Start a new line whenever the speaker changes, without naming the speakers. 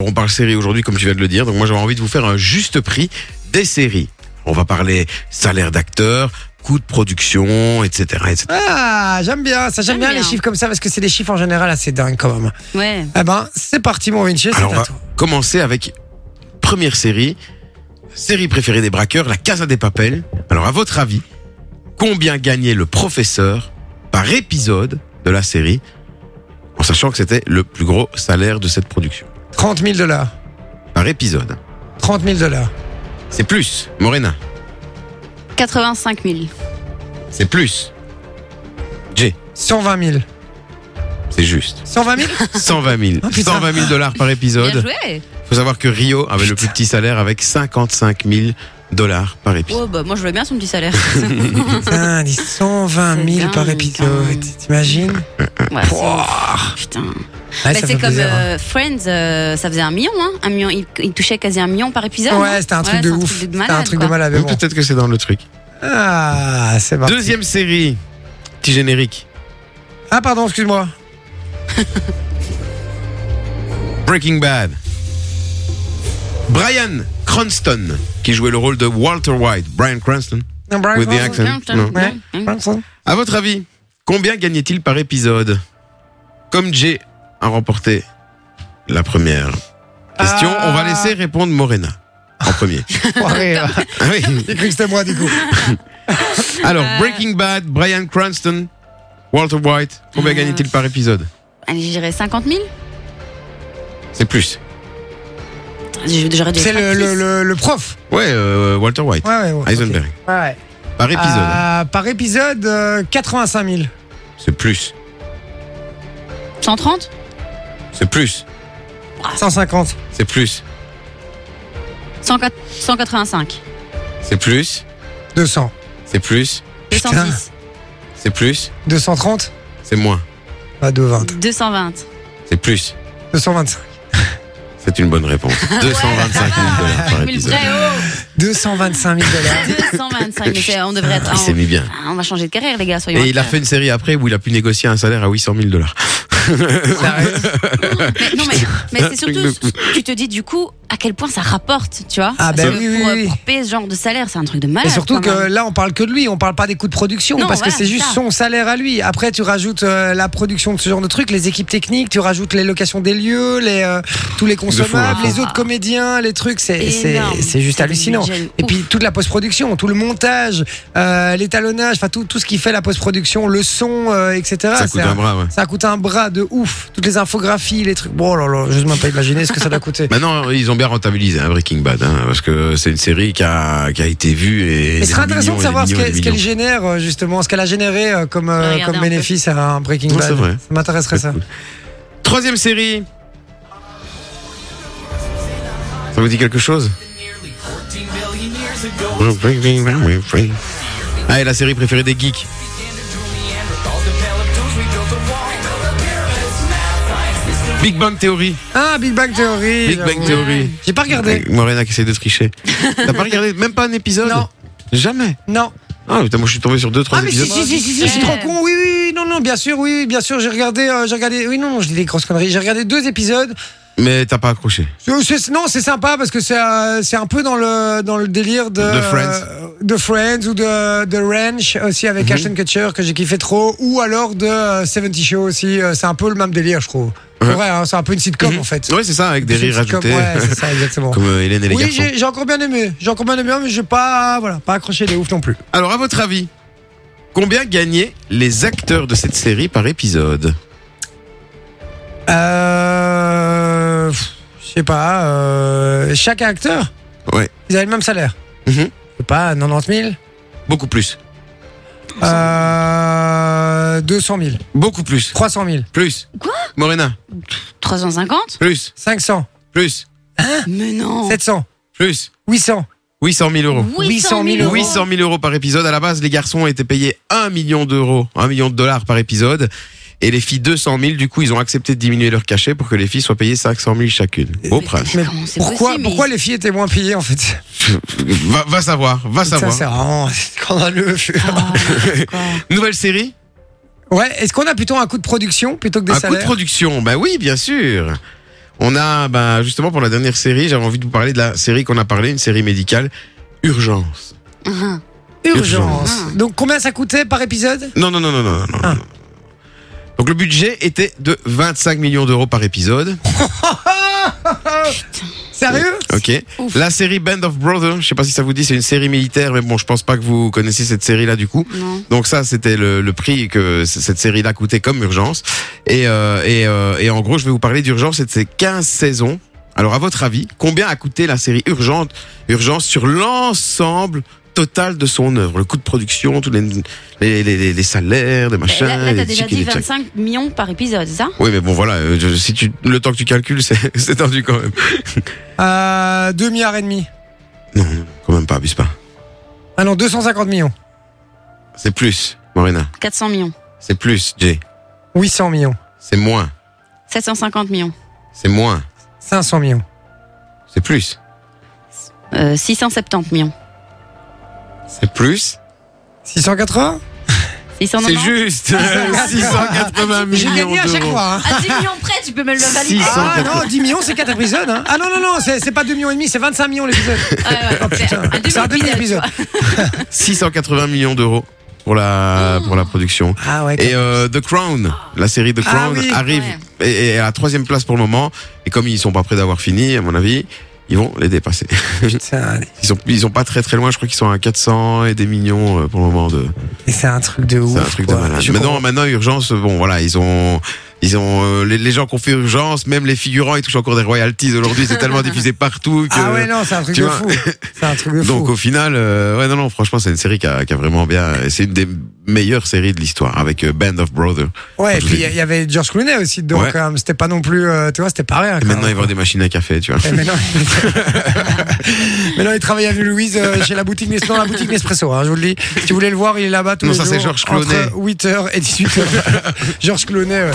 On parle séries aujourd'hui, comme tu viens de le dire. Donc, moi, j'avais envie de vous faire un juste prix des séries. On va parler salaire d'acteur, coût de production, etc., etc.
Ah, j'aime bien ça, j'aime
J'aime
bien, les
bien.
chiffres comme ça parce que c'est des chiffres en général assez dingues quand même.
Ouais.
Eh ben, c'est parti mon Vinci, c'est
Alors, on
à
va
toi.
commencer avec première série, série préférée des braqueurs, La Casa des Papels. Alors, à votre avis, combien gagnait le professeur par épisode de la série, en sachant que c'était le plus gros salaire de cette production
30 000 dollars.
par épisode
30 000 dollars.
C'est plus, Morena.
85 000.
C'est plus. Jay,
120 000.
c'est juste.
120 000
120 000.
Oh, putain.
120 000 dollars par
Bien
épisode.
joué.
faut savoir que Rio avait le plus petit salaire avec 55 000 dollars par épisode.
Oh, bah, moi, je veux bien son petit salaire.
Putain, dis 120
C'est
000 par
dingue,
épisode.
hein.
T'imagines
Ouais, c'est-
Pouah.
Putain.
Ouais,
Bah,
ça
c'est
fait
comme
plaisir, hein.
euh, Friends, euh, ça faisait un million, hein. Un million, il, il touchait quasi un million par épisode. hein.
Ouais, c'était un truc
Ouais,
de
c'est un
ouf.
truc de
C'était un
malade,
truc de
quoi.
malade, Oh, mais
Ou
bon.
Peut-être que c'est dans le truc.
Ah, c'est parti.
Deuxième série. Petit générique.
Ah, pardon, excuse-moi.
Breaking Bad. Brian Cranston, qui jouait le rôle de Walter White. Brian Cranston.
Non, Brian
With the
Cranston.
accent.
Non, putain,
Non.
non, non.
Cranston.
À votre avis, combien gagnait-il par épisode Comme Jay a remporté la première question,
Ah.
on va laisser répondre Morena en premier.
Ouais, ouais.
Ah oui.
J'ai cru que c'était moi du coup.
Alors, Breaking Bad, Brian Cranston, Walter White, combien
Ah.
Euh.
gagnait-il par épisode
Allez, je dirais 50 000.
C'est plus.
Putain, J'aurais dû
C'est
être
le,
actrice.
le, le, le prof.
Ouais, euh, Walter White,
Ouais, ouais, ouais.
Heisenberg.
ok. Ouais, ouais.
Par épisode,
Euh, par épisode, euh, 85 000.
c'est plus.
130
C'est plus.
150.
C'est plus.
104 185
C'est plus.
200.
C'est plus.
210
C'est plus.
230
C'est moins.
Pas 220.
220
C'est plus.
225.
C'est une bonne réponse. 225 000 dollars par
000
épisode.
près, oh
225 000 dollars.
225 mais c'est- on devrait être.
Il s'est mis bien.
Ah, on va changer de carrière, les gars, soyons
Et il a
actifs.
fait une série après où il a pu négocier un salaire à 800 000 dollars.
Mais, non, mais, mais c'est
truc
surtout,
de
tu te dis du coup à quel point ça rapporte, tu vois.
Ah,
Parce
ben
que
oui, oui,
pour,
oui.
pour payer ce genre de salaire, c'est un truc de
Et
malade.
surtout
quand
que
même.
là, on parle que de lui, on parle pas des coûts de production,
Non,
parce que
voilà,
c'est
c'est
juste
ça.
son salaire à lui. Après, tu rajoutes euh, la production de ce genre de truc, les équipes techniques, tu rajoutes les locations des lieux, les, euh, tous les consommables,
de fou.
les autres comédiens, les trucs, c'est c'est-
Énorme.
c'est juste
C'est
hallucinant.
des budgets
Et
ouf.
puis toute la post-production, tout le montage, euh, l'étalonnage, enfin tout, tout ce qui fait la post-production, le son, euh, etc.
Ça
C'est
coûte un bras, ouais.
Ça coûte un bras de ouf. Toutes les infographies, les trucs. Bon, oh là, là, je même pas imaginer ce que ça doit coûter.
Maintenant, ils ont bien rentabilisé hein, Breaking Bad, hein, parce que c'est une série qui a, qui a été vue et.
Mais ce
des
serait
millions
intéressant de
et des
savoir ce
millions et
qu'elle
des
ce qu'elle
millions.
génère, euh, justement, ce qu'elle a généré euh, comme, euh,
Regardez
comme
un peu.
bénéfice à un Breaking
Ouais,
Bad.
c'est vrai. Bah,
Ça m'intéresserait ça.
Troisième série. Ça vous dit quelque chose Ah, et la série préférée des geeks. Big Bang Theory.
Ah, Big Bang Theory.
Big Bang
j'avoue.
Theory.
J'ai pas regardé.
Morena qui essaie de tricher. T'as pas regardé même pas un épisode
Non.
Jamais.
Non.
Ah putain, moi je suis tombé sur deux, trois
Ah, mais si,
épisodes.
si, si, si, si, je suis trop con. Oui, oui, oui, non, non, bien sûr, oui, oui, bien sûr. J'ai regardé, euh, j'ai regardé. Oui, non, non, je dis des grosses conneries. J'ai regardé deux épisodes.
Mais t'as pas accroché.
Euh, c'est- Non, c'est sympa parce que c'est euh, c'est un peu dans le dans le délire de
De Friends. Mhm.
euh, de Friends ou de de Ranch aussi avec Ashton Kutcher que j'ai kiffé trop ou alors de euh, 70 Show aussi. euh, c'est un peu le même délire, je trouve. C'est
Ouais. Mhm.
vrai, hein, c'est un peu une sitcom en fait.
Ouais, c'est ça, avec des
C'est une
rires
sitcom,
rajoutés.
Ouais, c'est ça, exactement.
Comme euh, Hélène et les
oui,
garçons.
j'ai j'ai encore bien aimé. J'ai encore bien aimé, mais j'ai pas voilà pas accroché les ouf non plus.
Alors, à votre avis, combien gagnaient les acteurs de cette série par épisode
Euh, pff, je sais pas. euh, chaque acteur,
Ouais.
ils avaient le même salaire.
Mhm.
Je sais pas, 90 000.
Beaucoup plus.
Euh, 200 000,
Beaucoup plus.
300 000,
Plus.
Quoi
Morena,
350
plus.
500,
Plus.
Ah,
Mais non.
700,
Plus.
800.
800 000 euros.
800 000 euros.
800 000 euros par épisode. À la base, les garçons étaient payés 1 million d'euros, 1 million de dollars par épisode. Et les filles 200 000, du coup, ils ont accepté de diminuer leur cachet pour que les filles soient payées 500 000 chacune. Au prince.
Mais
Comment c'est
pourquoi,
possible,
pourquoi
ils-
les filles étaient moins payées en fait
Va, va savoir, va
Ça,
savoir.
c'est vraiment scandaleux.
Ah, quoi.
Nouvelle série
Ouais, est-ce qu'on a plutôt un coût de production plutôt que des
Un coût
salaires
de production, bah oui, bien Ben sûr. On a, bah, justement, pour la dernière série, j'avais envie de vous parler de la série qu'on a parlé, une série médicale, Urgence.
Ah,
Urgence.
Urgence.
Donc combien ça coûtait par épisode
Non, non, non, non, non, non, non.
Ah.
non. Donc le budget était de 25 millions d'euros par épisode.
Sérieux
Euh, Ok.
Ouf.
La série Band of Brothers, je sais pas si ça vous dit, c'est une série militaire, mais bon, je pense pas que vous connaissiez cette série-là du coup.
non.
Donc ça, c'était le, le prix que c- cette série-là coûtait comme urgence. Et, euh, et, euh, et en gros, je vais vous parler d'urgence et de ces 15 saisons. Alors, à votre avis, combien a coûté la série Urgente, Urgence sur l'ensemble total de son œuvre Le coût de production, tous les, les, les, les- les salaires, les machins,
Là, là, t'as
les
déjà
tchics et
dit
les tchacs.
25 millions par épisode, c'est ça
Oui, mais bon, voilà, euh, je- si tu, le temps que tu calcules, c'est c'est tendu quand même.
euh, 2 milliards et demi.
Non, non, quand même pas, abuse pas.
Ah non, 250 millions.
C'est plus, Morena.
400 millions.
C'est plus, Jay.
800 millions.
C'est moins.
750 millions.
C'est moins.
500 millions.
C'est plus.
Euh, 670 millions.
C'est plus.
680
C'est
690
juste 680
J'ai
millions
gagné à chaque
d'euros.
fois. hein.
À 10 millions près, tu peux me le valider.
Six.
Ah
180.
non, 10 millions, c'est 4 épisodes. hein. Ah non, non, non, c'est c'est pas 2 millions et demi, c'est 25 millions l'épisode.
Ouais, ouais, c'est un
Ah, C'est un demi-épisode.
demi-épisode.
680 millions d'euros pour la pour la production.
Ah ouais.
Et euh, The Crown, la série The
Ah
Crown
oui,
arrive et, et à la troisième place pour le moment. Et comme ils sont pas prêts d'avoir fini, à mon avis, ils vont les dépasser.
Putain,
Ils sont ils sont pas très très loin. Je crois qu'ils sont à 400 et des millions euh, pour le moment de.
et c'est un truc de ouf.
C'est un truc de
quoi.
malade.
Je
Maintenant maintenant urgence. Bon voilà, ils ont ils ont euh, les, les gens qui ont fait urgence, même les figurants, ils touchent encore des royalties aujourd'hui. C'est tellement diffusé partout que.
Ah ouais, non, c'est un truc
Tu
de
vois.
fou. C'est un truc de fou.
Donc au final, euh, ouais non non, franchement c'est une série qui a, qui a vraiment bien, c'est une des meilleures séries de l'histoire avec euh, Band of Brothers.
ouais, et
je
puis
l'ai
il y avait George Clooney aussi dedans,
Ouais.
quand même. C'était pas non plus. euh, tu vois, c'était pas rien.
Et
quand
maintenant
même.
ils vendent des machines à café, tu vois.
Et maintenant, maintenant, il travaille avec Louise euh, chez la boutique Nespresso, la boutique Nespresso hein, je vous le dis. Si vous voulez le voir, il est là-bas tous
Non,
les
ça,
jours
c'est Georges Clooney.
entre 8h et 18h. Georges Clooney, ouais.